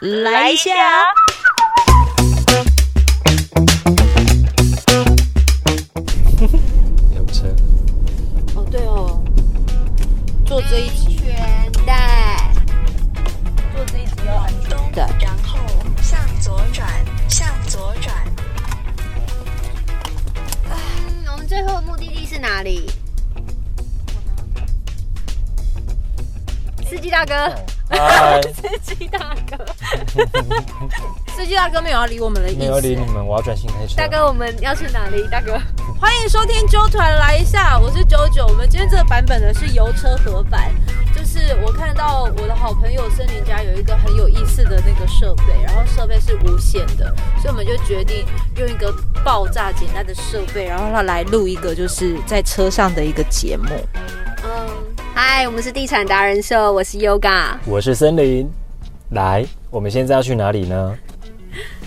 来一下。有车，哦，对哦，做这一集全带，做这一集要安全带。然后向左转，向左转。嗯，我们最后的目的地是哪里？司机大哥， 嗨，司机大哥，司机大哥没有要理我们的意没有理思你。们，我要转新开车。大哥，我们要去哪里？大哥，欢迎收听纠团来一下，我是九九。我们今天这个版本呢是油车合版，就是我看到我的好朋友森林家有一个很有意思的那个设备，然后设备是无线的，所以我们就决定用一个爆炸简单的设备，然后它来录一个就是在车上的一个节目。嗯，嗨，我们是地产达人社，我是 Yoga。我是森林。来，我们现在要去哪里呢？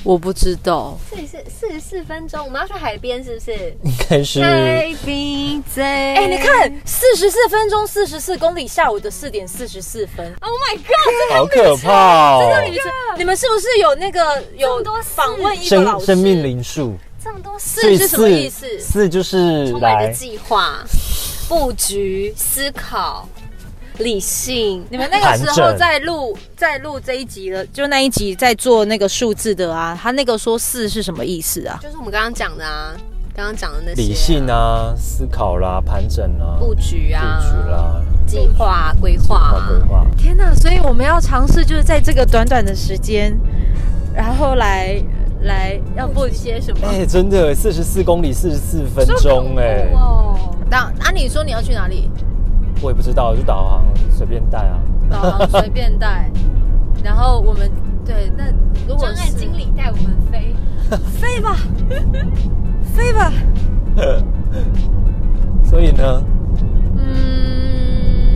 我不知道，四十四十四分钟，我们要去海边是不是？应该是海边在。哎、哎你看，四十四分钟四十四公里，下午的四点四十四分。 ，Oh my God，好可怕哦！你们是你们是不是有那个有么多事访问一个老生师？生命灵数，这么多事，四是什么意思？四就是充满来着，计划、布局、思考、理性。你们那个时盘候整在录在录这一集了，就那一集在做那个数字的啊，他那个说四是什么意思啊？就是我们刚刚讲的啊，刚刚讲的那些啊理性啊，思考啦，盘整啦，布布局局啊、啦，计划、规划好规啊。划。天哪！所以我们要尝试就是在这个短短的时间，然后来来要布些什么？哎，真的，四十四公里，四十四分钟，哎，哦，那按理说你要去哪里？我也不知道，就导航随便带啊。导 航呃随便带，然后我们对那如果是理带我们飞，飞吧，飞吧。所以呢，嗯，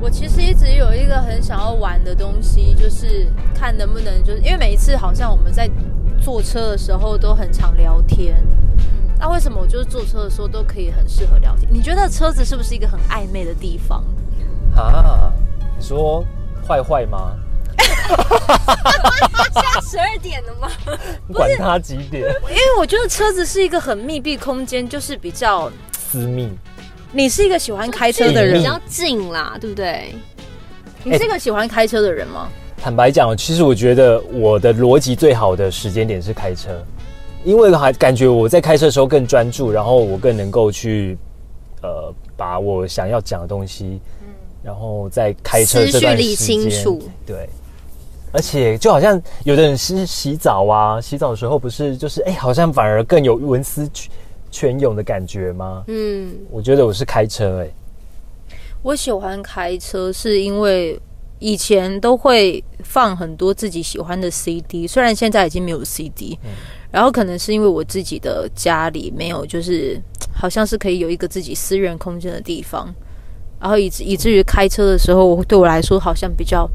我其实一直有一个很想要玩的东西，就是看能不能，就是因为每一次好像我们在坐车的时候都很常聊天。那为什么我就是坐车的时候都可以很适合聊天？你觉得车子是不是一个很暧昧的地方？啊，你说坏坏吗？十二点了吗？管他几点，因为我觉得车子是一个很密闭空间，就是比较私密。你是一个喜欢开车的比人，较近啦，对不对？你是一个喜欢开车的人吗？坦白讲，其实我觉得我的逻辑最好的时间点是开车，因为还感觉我在开车的时候更专注，然后我更能够去呃把我想要讲的东西，然后在开车这段嗯思绪理时间清楚，对。而且就好像有的人是洗澡啊，洗澡的时候不是就是哎、好像反而更有文思泉泉涌的感觉吗？嗯，我觉得我是开车哎、我喜欢开车是因为以前都会放很多自己喜欢的 CD，虽然现在已经没有 CD，、然后可能是因为我自己的家里没有，就是好像是可以有一个自己私人空间的地方，然后以至以至于开车的时候，我对我来说好像比较。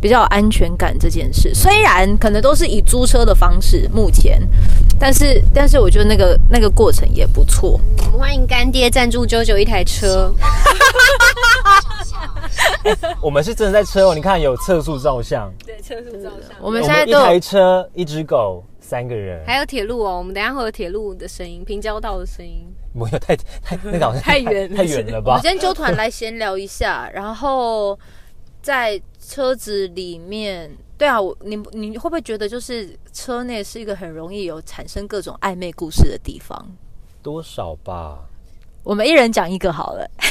比较有安全感这件事，虽然可能都是以租车的方式，目前，但是但是我觉得那个那个过程也不错。我们欢迎干爹赞助九九一台车，我们是真的在车哦，你看有测速照相，对，车速照相，我我们现在们一都有台车一只狗三个人，还有铁路哦，我们等一下会有铁路的声音，平交道的声音。没有太 太那个好像太远了太远了我吧们？今天纠团来闲聊一下，然后在车子里面，对啊，我你你会不会觉得就是车内是一个很容易有产生各种暧昧故事的地方？多少吧？我们一人讲一个好了。啊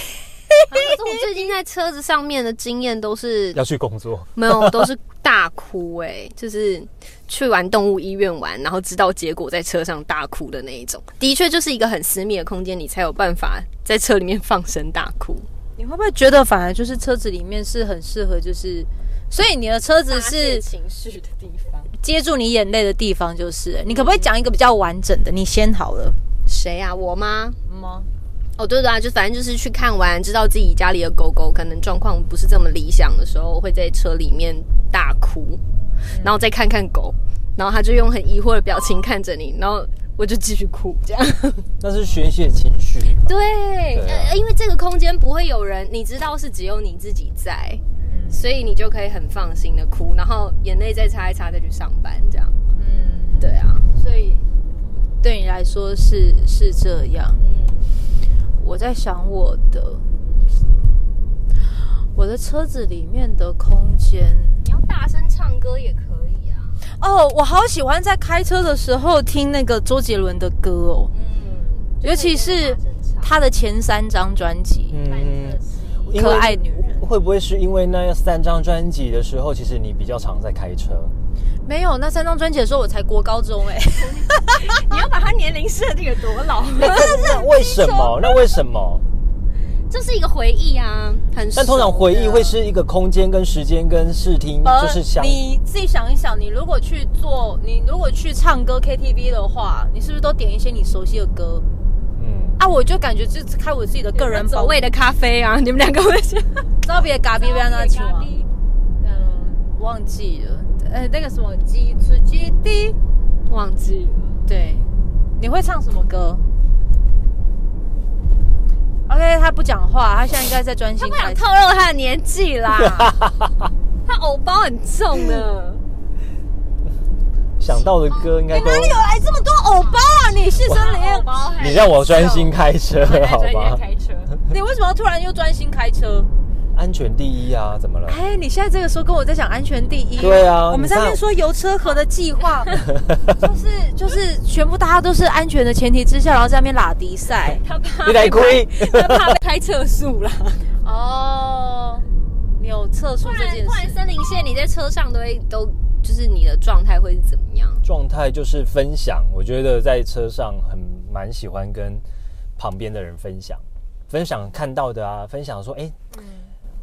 可是我最近在车子上面的经验都是要去工作，没有，都是大哭哎、就是去完动物医院玩，然后知道结果在车上大哭的那一种。的确就是一个很私密的空间，你才有办法在车里面放声大哭。你会不会觉得反而就是车子里面是很适合就是？所以你的车子是情绪的地方。接住你眼泪的地方，就是你可不可以讲一个比较完整的？你先好了谁啊？我吗？吗？哦，对对啊，就反正就是去看完，知道自己家里的狗狗可能状况不是这么理想的时候，会在车里面大哭，然后再看看狗，然后他就用很疑惑的表情看着你，然后我就继续哭，这样。那是宣泄情绪吧。 对，对啊呃，因为这个空间不会有人，你知道是只有你自己在，所以你就可以很放心的哭，然后眼泪再擦一擦再去上班，这样。嗯，对啊，所以对你来说是是这样。嗯我在想我的我的车子里面的空间。你要大声唱歌也可以啊。哦，我好喜欢在开车的时候听那个周杰伦的歌哦，嗯，尤其是他的前三张专辑嗯， 《可爱女人》。会不会是因为那三张专辑的时候，其实你比较常在开 车？没有，那三张专辑的时候我才国高中哎、你要把他年龄设定有多老？那为什么？那为什么？这是一个回忆啊，很。但通常回忆会。是一个空间跟时间跟视听呃嗯就是相你自己想一想，你如果去做，你如果去唱歌 KTV 的话，你是不是都点一些你熟悉的歌嗯，啊？我就感觉就是开我自己的个人走位的，的咖啡啊， 你们两个会是招别嘎比安啊那曲吗？嗯，忘记了，呃，那个什么鸡出鸡滴，忘记了。对，你会唱什么歌？OK，他不讲话，他现在应该在专他心不想开透露他的年纪 啦，他偶包很重的。想到的歌应该都。来这么多偶包啊？你谢森林，你让我专心开车好吧？开车， 你为什么突然又专心开车？安全第一啊，怎么了？哎，你现在这个时候跟我在讲安全第一，对啊我们你在那边看说油车河的计 划，就是就是全部大家都是安全的前提之下，然后在那边拉迪赛。他怕 你来亏，他怕被拍测速 啦。 哦，扭测速不这然件不然事，森林线你在车上都会都就是你的状态会是怎么样？状态就是分享。我觉得在车上很蛮喜欢跟旁边的人分享，分享看到的啊，分享说，哎、嗯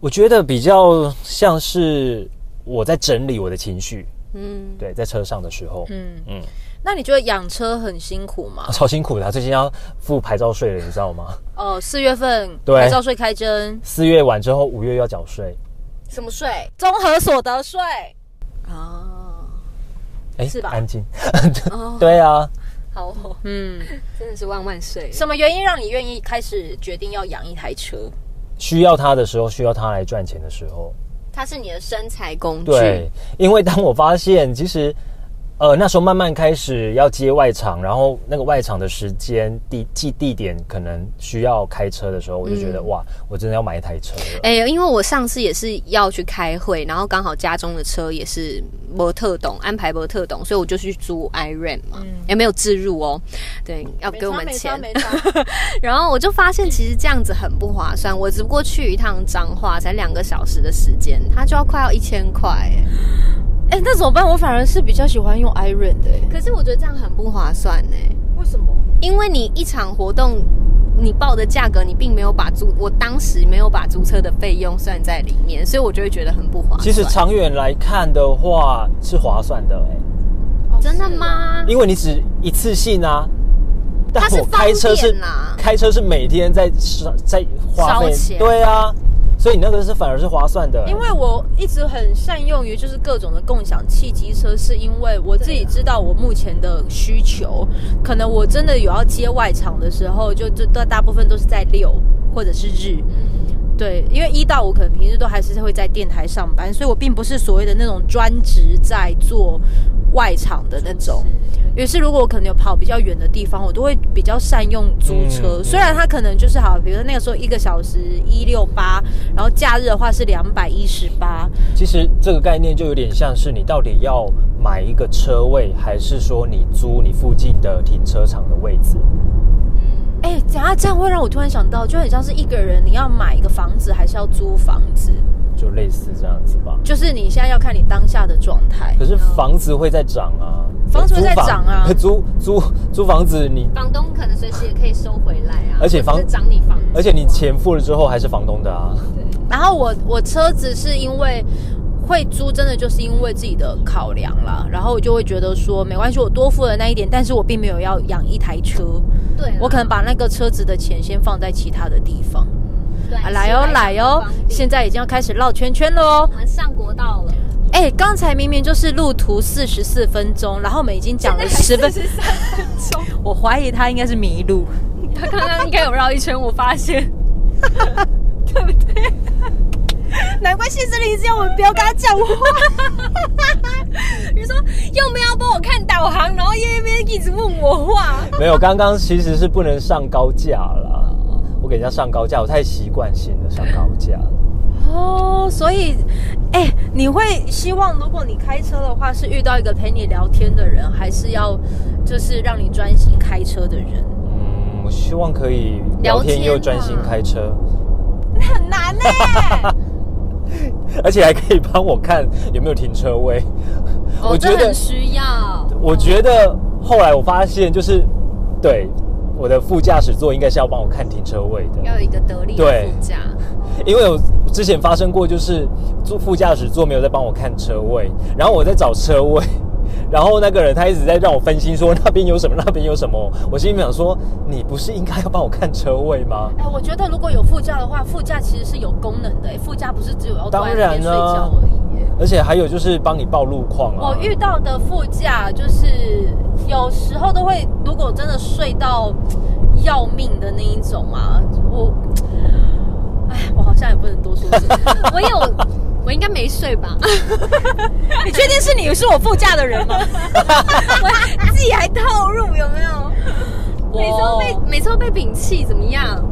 我觉得比较像是我在整理我的情绪，嗯，对，在车上的时候，嗯嗯嗯。那你觉得养车很辛苦吗啊、？超辛苦的啊、最近要付牌照税了，你知道吗？哦，四月份对牌照税开征，四月完之后，五月要缴税，什么税综合所得税。啊？哎、是吧安静，哦， 对啊，好哦，嗯， 真的是万万岁。什么原因让你愿意开始决定要养一台车？需要他的时候，需要他来赚钱的时候，它是你的身材工具，对，因为当我发现其实，呃，那时候慢慢开始要接外场，然后那个外场的时间、地地地点可能需要开车的时候，我就觉得、哇，我真的要买一台车了。嗯哎、因为我上次也是要去开会，然后刚好家中的车也是模特懂安排模特懂，所以我就去租 iRent 嘛，也、没有置入哦，对，要给我们钱。然后我就发现，其实这样子很不划算。我只不过去一趟彰化，才两个小时的时间，它就要快要一千块哎。 哎、那怎么办？我反而是比较喜欢用 Iron 的、欸可是我觉得这样很不划算哎，为什么？因为你一场活动，你报的价格，你并没有把租，我当时没有把租车的费用算在里面，所以我就会觉得很不划算。其实长远来看的话是划算的、哎，哦真的吗？因为你只一次性啊。但它是我开车方是便啦开车是每天在在花烧费钱，对啊，所以你那个是反而是划算的，哎因为我一直很善用于就是各种的共享汽机车，是因为我自己知道我目前的需求，可能我真的有要接外场的时候，就就大大部分都是在六或者是日。对，因为一到五可能平时都还是会在电台上班，所以我并不是所谓的那种专职在做外场的那种。于是，如果我可能有跑比较远的地方，我都会比较善用租车。嗯嗯虽然它可能就是好，比如说那个时候一个小时一六八，然后假日的话是两百一十八。其实这个概念就有点像是你到底要买一个车位，还是说你租你附近的停车场的位置？嗯哎、等一下这样会让我突然想到，就很像是一个人你要买一个房子还是要租房子，就类似这样子吧。就是你现在要看你当下的状态可。是房子会在涨啊，房子会租在涨啊 租租租房子你，房东可能随时也可以收回来啊，而且房或者是涨你房，而且你钱付了之后还是房东的啊。 然后我我车子是因为会租，真的就是因为自己的考量啦。然后我就会觉得说，没关系，我多付了那一点，但是我并没有要养一台车，对啦，啊我可能把那个车子的钱先放在其他的地方。对啊、来哦来哦，现在已经要开始绕圈圈了哦我。们上国 道了，哎，刚才明明就是路途四十四分钟，然后我们已经讲了十分，我怀疑他应该是迷路。他刚刚应该有绕一圈，我发现。难难怪谢森林一直要我们不要跟他讲话。 你说又没有帮我看导航，然后又一边一直问我话。没有，刚刚其实是不能上高架啦。我给人家上高架，我太习惯性的上高架了。哦，所以，哎、你会希望如果你开车的话，是遇到一个陪你聊天的人，还是要就是让你专心开车的人？嗯，我希望可以聊啊天又专心开车，很难呢、 而且还可以帮我看有没有停车位。我觉哦这得很需要。我觉得后来我发现，就是对我的副驾驶座应该是要帮我看停车位要的，有一个得力的对副驾，因为我之前发生过，就是坐副驾驶座没有在帮我看车位，然后我在找车位。 然后那个人他一直在让我分心，说那边有什么，那边有什么。我心里想说，你不是应该要帮我看车位吗？哎、我觉得如果有副驾的话，副驾其实是有功能的、哎副驾不是只有要坐在那边睡当然啊觉而已、哎而且还有就是帮你报路况啊。哦我遇到的副驾就是有时候都会，如果真的睡到要命的那一种啊，我， 哎，我好像也不能 多说什么。我有，我应该没睡 吧？你确定是你是我副驾的 人吗？我自己还套路有没有？每次都被我每次都被摒弃，怎么样？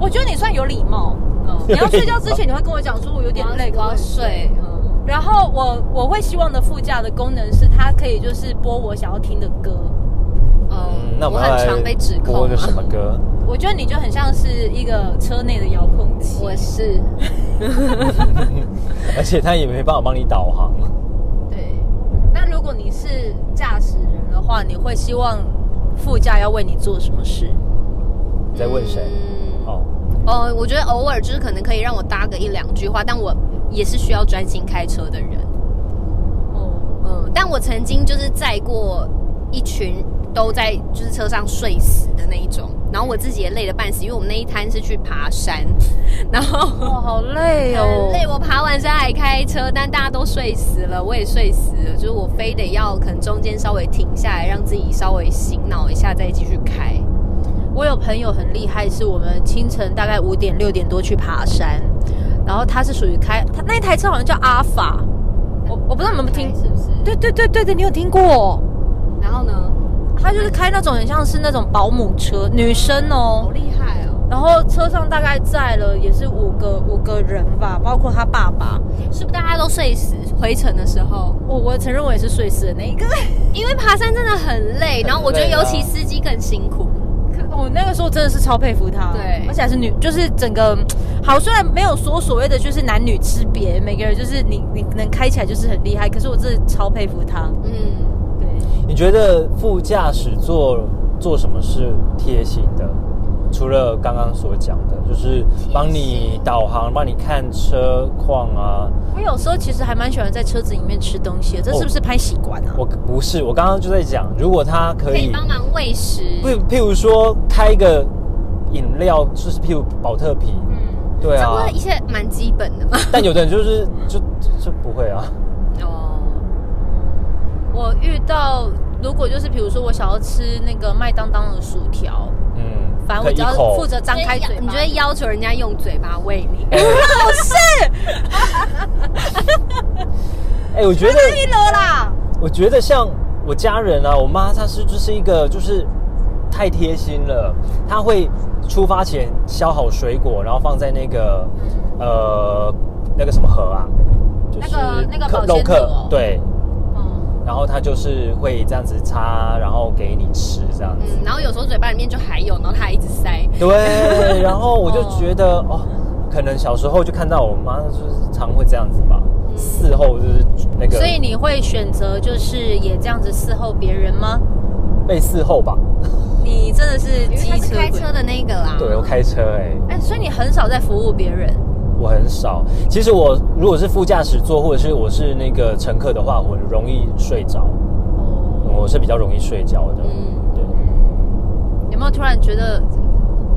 我觉得你算有礼貌。哦嗯你要睡觉之前，你会跟我讲说我有点 累，我可不可要以睡。。嗯然后我我会希望的副驾的功能是，它可以就是播我想要听的歌。哦嗯，那我我们要很来常被指控啊。播个什么歌？我觉得你就很像是一个车内的遥控器。我是 而且他也没办法帮你导航。对，那如果你是驾驶人的话，你会希望副驾要为你做什么事？你在问谁？嗯哦，哦，我觉得偶尔就是可能可以让我搭个一两句话，但我也是需要专心开车的人。哦，嗯，但我曾经就是载过一群都在就是车上睡死的那一种，然后我自己也累得半死，因为我们那一摊是去爬山， 然后哇，好累哦，很累，我爬完山还开车，但大家都睡死了，我也睡死了，就是我非得要可能中间稍微停下来，让自己稍微醒脑一下再继续开。我有朋友很厉害，是我们清晨大概五点六点多去爬山，然后他是属于开他那一台车好像叫阿法，我我不知道你们有没有听，是不是？对对对对对，你有听过？然后呢？他就是开那种很像是那种保姆车，女生好哦，厉害哦！然后车上大概载了也是五个五个人吧，包括他爸爸。是不是大家都睡死？回程的时候，我我承认我也是睡死的那一个，因为爬山真的很累，然后我觉得很累啊尤其司机更辛苦。我哦那个时候真的是超佩服他，对而且还是女，就是整个好，虽然没有说所谓的就是男女之别，每个人就是你你能开起来就是很厉害，可是我真的超佩服他，嗯。对，你觉得副驾驶座做什么是贴心的？除了刚刚所讲的，就是帮你导航、帮你看车况啊。我有时候其实还蛮喜欢在车子里面吃东西的，这是不是拍习惯啊？哦我不是，我刚刚就在讲，如果他可可以以，帮忙喂食。譬譬如说开一个饮料，就是譬如保特瓶，嗯，对这啊不是。一些蛮基本的吗？但有的人就是就就就不会啊。哦，我遇到如果就是比如说我想要吃那个麦当当的薯条，嗯，反正可我以只要一口负责张开嘴巴，你就会要求人家用嘴巴喂你？哎、我觉得一了啦，我觉得像我家人啊，我妈她是就是一个就是太贴心了，她会出发前削好水果，然后放在那个、呃那个什么盒啊，就是嗯那个那个保鲜可肉盒哦客对，哦嗯，然后她就是会这样子擦，然后给你吃这样子，嗯，然后有时候嘴巴里面就还有，然后他还一直塞。对，然后我就觉得哦。可能小时候就看到我妈就是常会这样子吧，事后就是那嗯个所以你会选择就是也这样子伺候别人吗？被事后吧，你真的是因为他机是车开鬼车的那个啊啦。对我开车哎、哎、所以你很少在服务别人。我很少。其实我如果是副驾驶座，或者是我是那个乘客的话，我容易睡着，哦，我是比较容易睡觉的。嗯对，嗯有没有突然觉得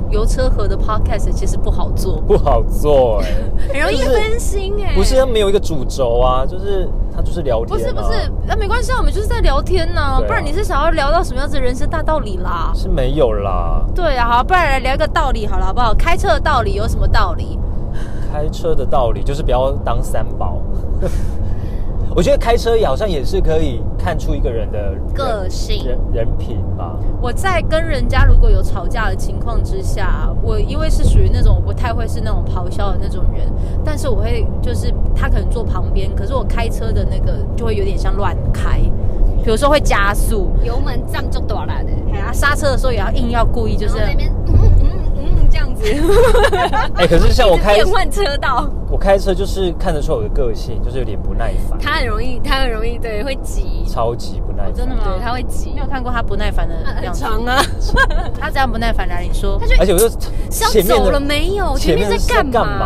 油车河的 podcast 其实不好做？不好 做哎、很容易分心哎。不是它没有一个主轴啊，就是它就是聊天、不啊。是不是，，那、没关系，啊，我们就是在聊天呢、对啊不然你是想要聊到什么样子的人生大道理啦？是没有啦。对啊，好，不然来聊一个道理好了，好不好？开车的道理有什么道理？开车的道理就是不要当三宝。 我觉得开车也好像也是可以看出一个人的人个性人人品吧。 我在跟人家如果有吵架的情况之下，我因为是属于那种我不太会是那种咆哮的那种人，但是我会就是他可能坐旁边，可是我开车的那个就会有点像乱开，比如说会加速，油门站就短了的，然后刹车的时候也要硬要故意就然是后那边嗯嗯嗯嗯这样子，哎、可是像我开变换车道，我开车就是看得出我的个性，就是有点不耐烦，他很容易，他很容易对会急，超级不耐烦。哦真的吗？对，他会急你有，看过他不耐烦的很样子，长啊，他这样不耐烦来，你说他就而且我就是要前面走的了没有？前前面面的在是干干嘛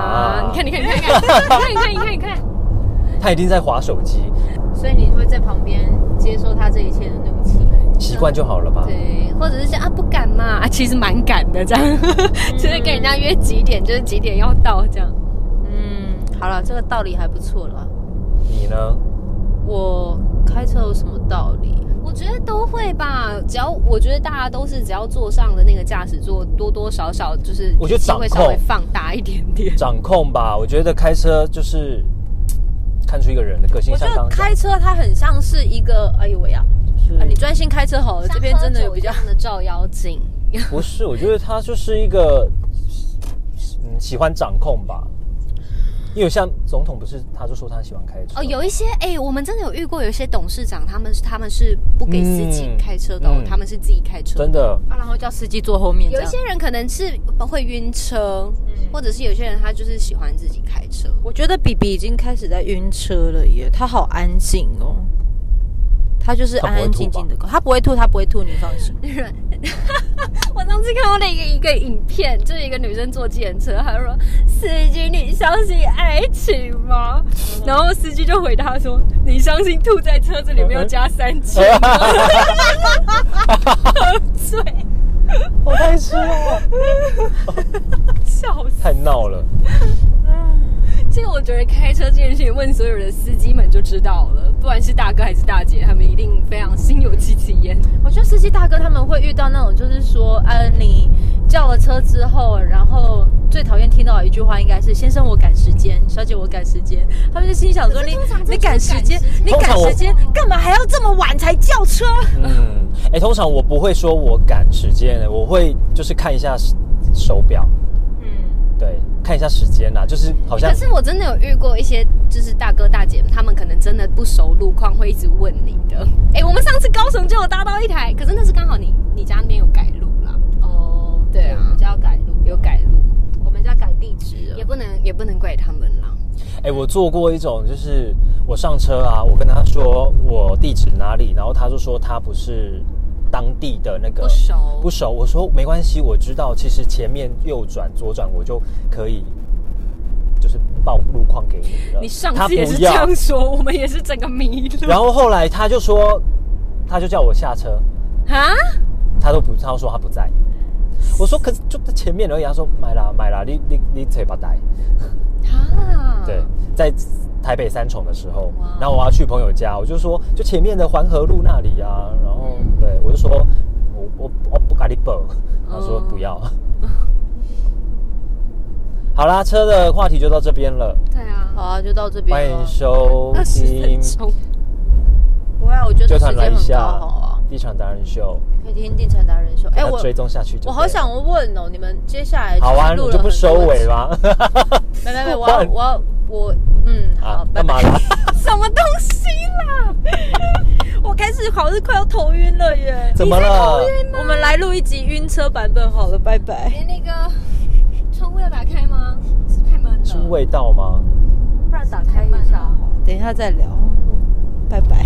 嘛？你看，你看，你看，你看，你看，你看，你看， 他一定在划手机，所以你会在旁边接受他这一切的怒气。习惯就好了吧？对，或者是想啊不敢嘛，啊其实蛮敢的这样，就是跟人家约几点，就是几点要到这样。嗯，好了，这个道理还不错了。你呢？我开车有什么道理？我觉得都会吧，只要我觉得大家都是只要坐上了那个驾驶座，多多少少就是我觉得脾气掌会稍微控放大一点点。掌控吧，我觉得开车就是嘖看出一个人的个性，我觉像刚得刚讲开车它很像是一个，哎呦喂呀、就是啊，你专心开车好 了，这边真的有比较像喝酒一样的照妖镜，不是，我觉得他就是一个嗯喜欢掌控吧，因为像总统不是他就说他喜欢开车哦，有一些哎、我们真的有遇过，有一些董事长他们是他们是不给司机嗯开车的、哦嗯他们是自己开车。真的啊，然后叫司机坐后面这有一样。些人可能是呃会晕车、嗯或者是有些人他就是喜欢自己开车。我觉得比比已经开始在晕车了耶，他好安静哦，他就是安安静静的狗，他不会吐，他不会吐，你放心。我上次看到那个一个影片，就是一个女生坐计程车，她说：“司机，你相信爱情吗？”然后司机就回答说：“你相信吐在车子里没有加三千吗？”喝醉，好开心哦， 笑死！太闹了。这个我觉得开车这件事情，问所有的司机们就知道了，不管是大哥还是大姐，他们一定非常心有戚戚焉。我觉得司机大哥他们会遇到那种，就是说，呃，你叫了车之后，然后最讨厌听到的一句话应该是“先生，我赶时间，小姐，我赶时间”。他们就心想说：“你通常这你种赶时间赶时，间你通赶常我时间，干嘛还要这么晚才叫车？”嗯，哎、通常我不会说我赶时间的，我会就是看一下时手表，嗯，对，看一下时间啦，就是好像可是我真的有遇过一些，就是大哥大姐，他们可能真的不熟路况，会一直问你的。哎、我们上次高雄就有搭到一台，可是那是刚好你你家那边有改路啦，哦，对啊我们家要改路，有改路，我们家改地址了也不能也不能怪他们啦。哎、我做过一种，就是我上车啊，我跟他说我地址哪里，然后他就说他不是当地的那个不熟不熟。我说没关系，我知道，其实前面右转左转我就可以，就是报路况给你了。你上他次也是不这要样说，我们也是整个迷路然后后来他就说，他就叫我下车，啊！他都不，他说他不在。我说可是就在前面而已，他说买啦买啦，你你你嘴巴呆。嗯啊，对，在台北三重的时候哇，然后我要去朋友家，我就说就前面的环河路那里啊，然后嗯对我就说我我我不咖喱包，他说不要。好啦，车的话题就到这边了，对啊，好啊，就到这边欢迎了。收二十分听《钟，不会啊，我觉得纠时团来间一很下高，好啊，》地产达人秀，可以听地产达人秀。哎，要我追踪下去就对我了。好想问哦，你们接下来好啊，录我了就不收很多尾啦。没没没，我要换我要我嗯好 啊，，拜干拜嘛。 啦？什么东西啦？我开始好像快要头晕了耶。怎么了？我们来录一集晕车版本好了，拜拜。连那个窗户要打开吗？是太闷了。是味道吗？不然打开一下，等一下再聊，拜拜。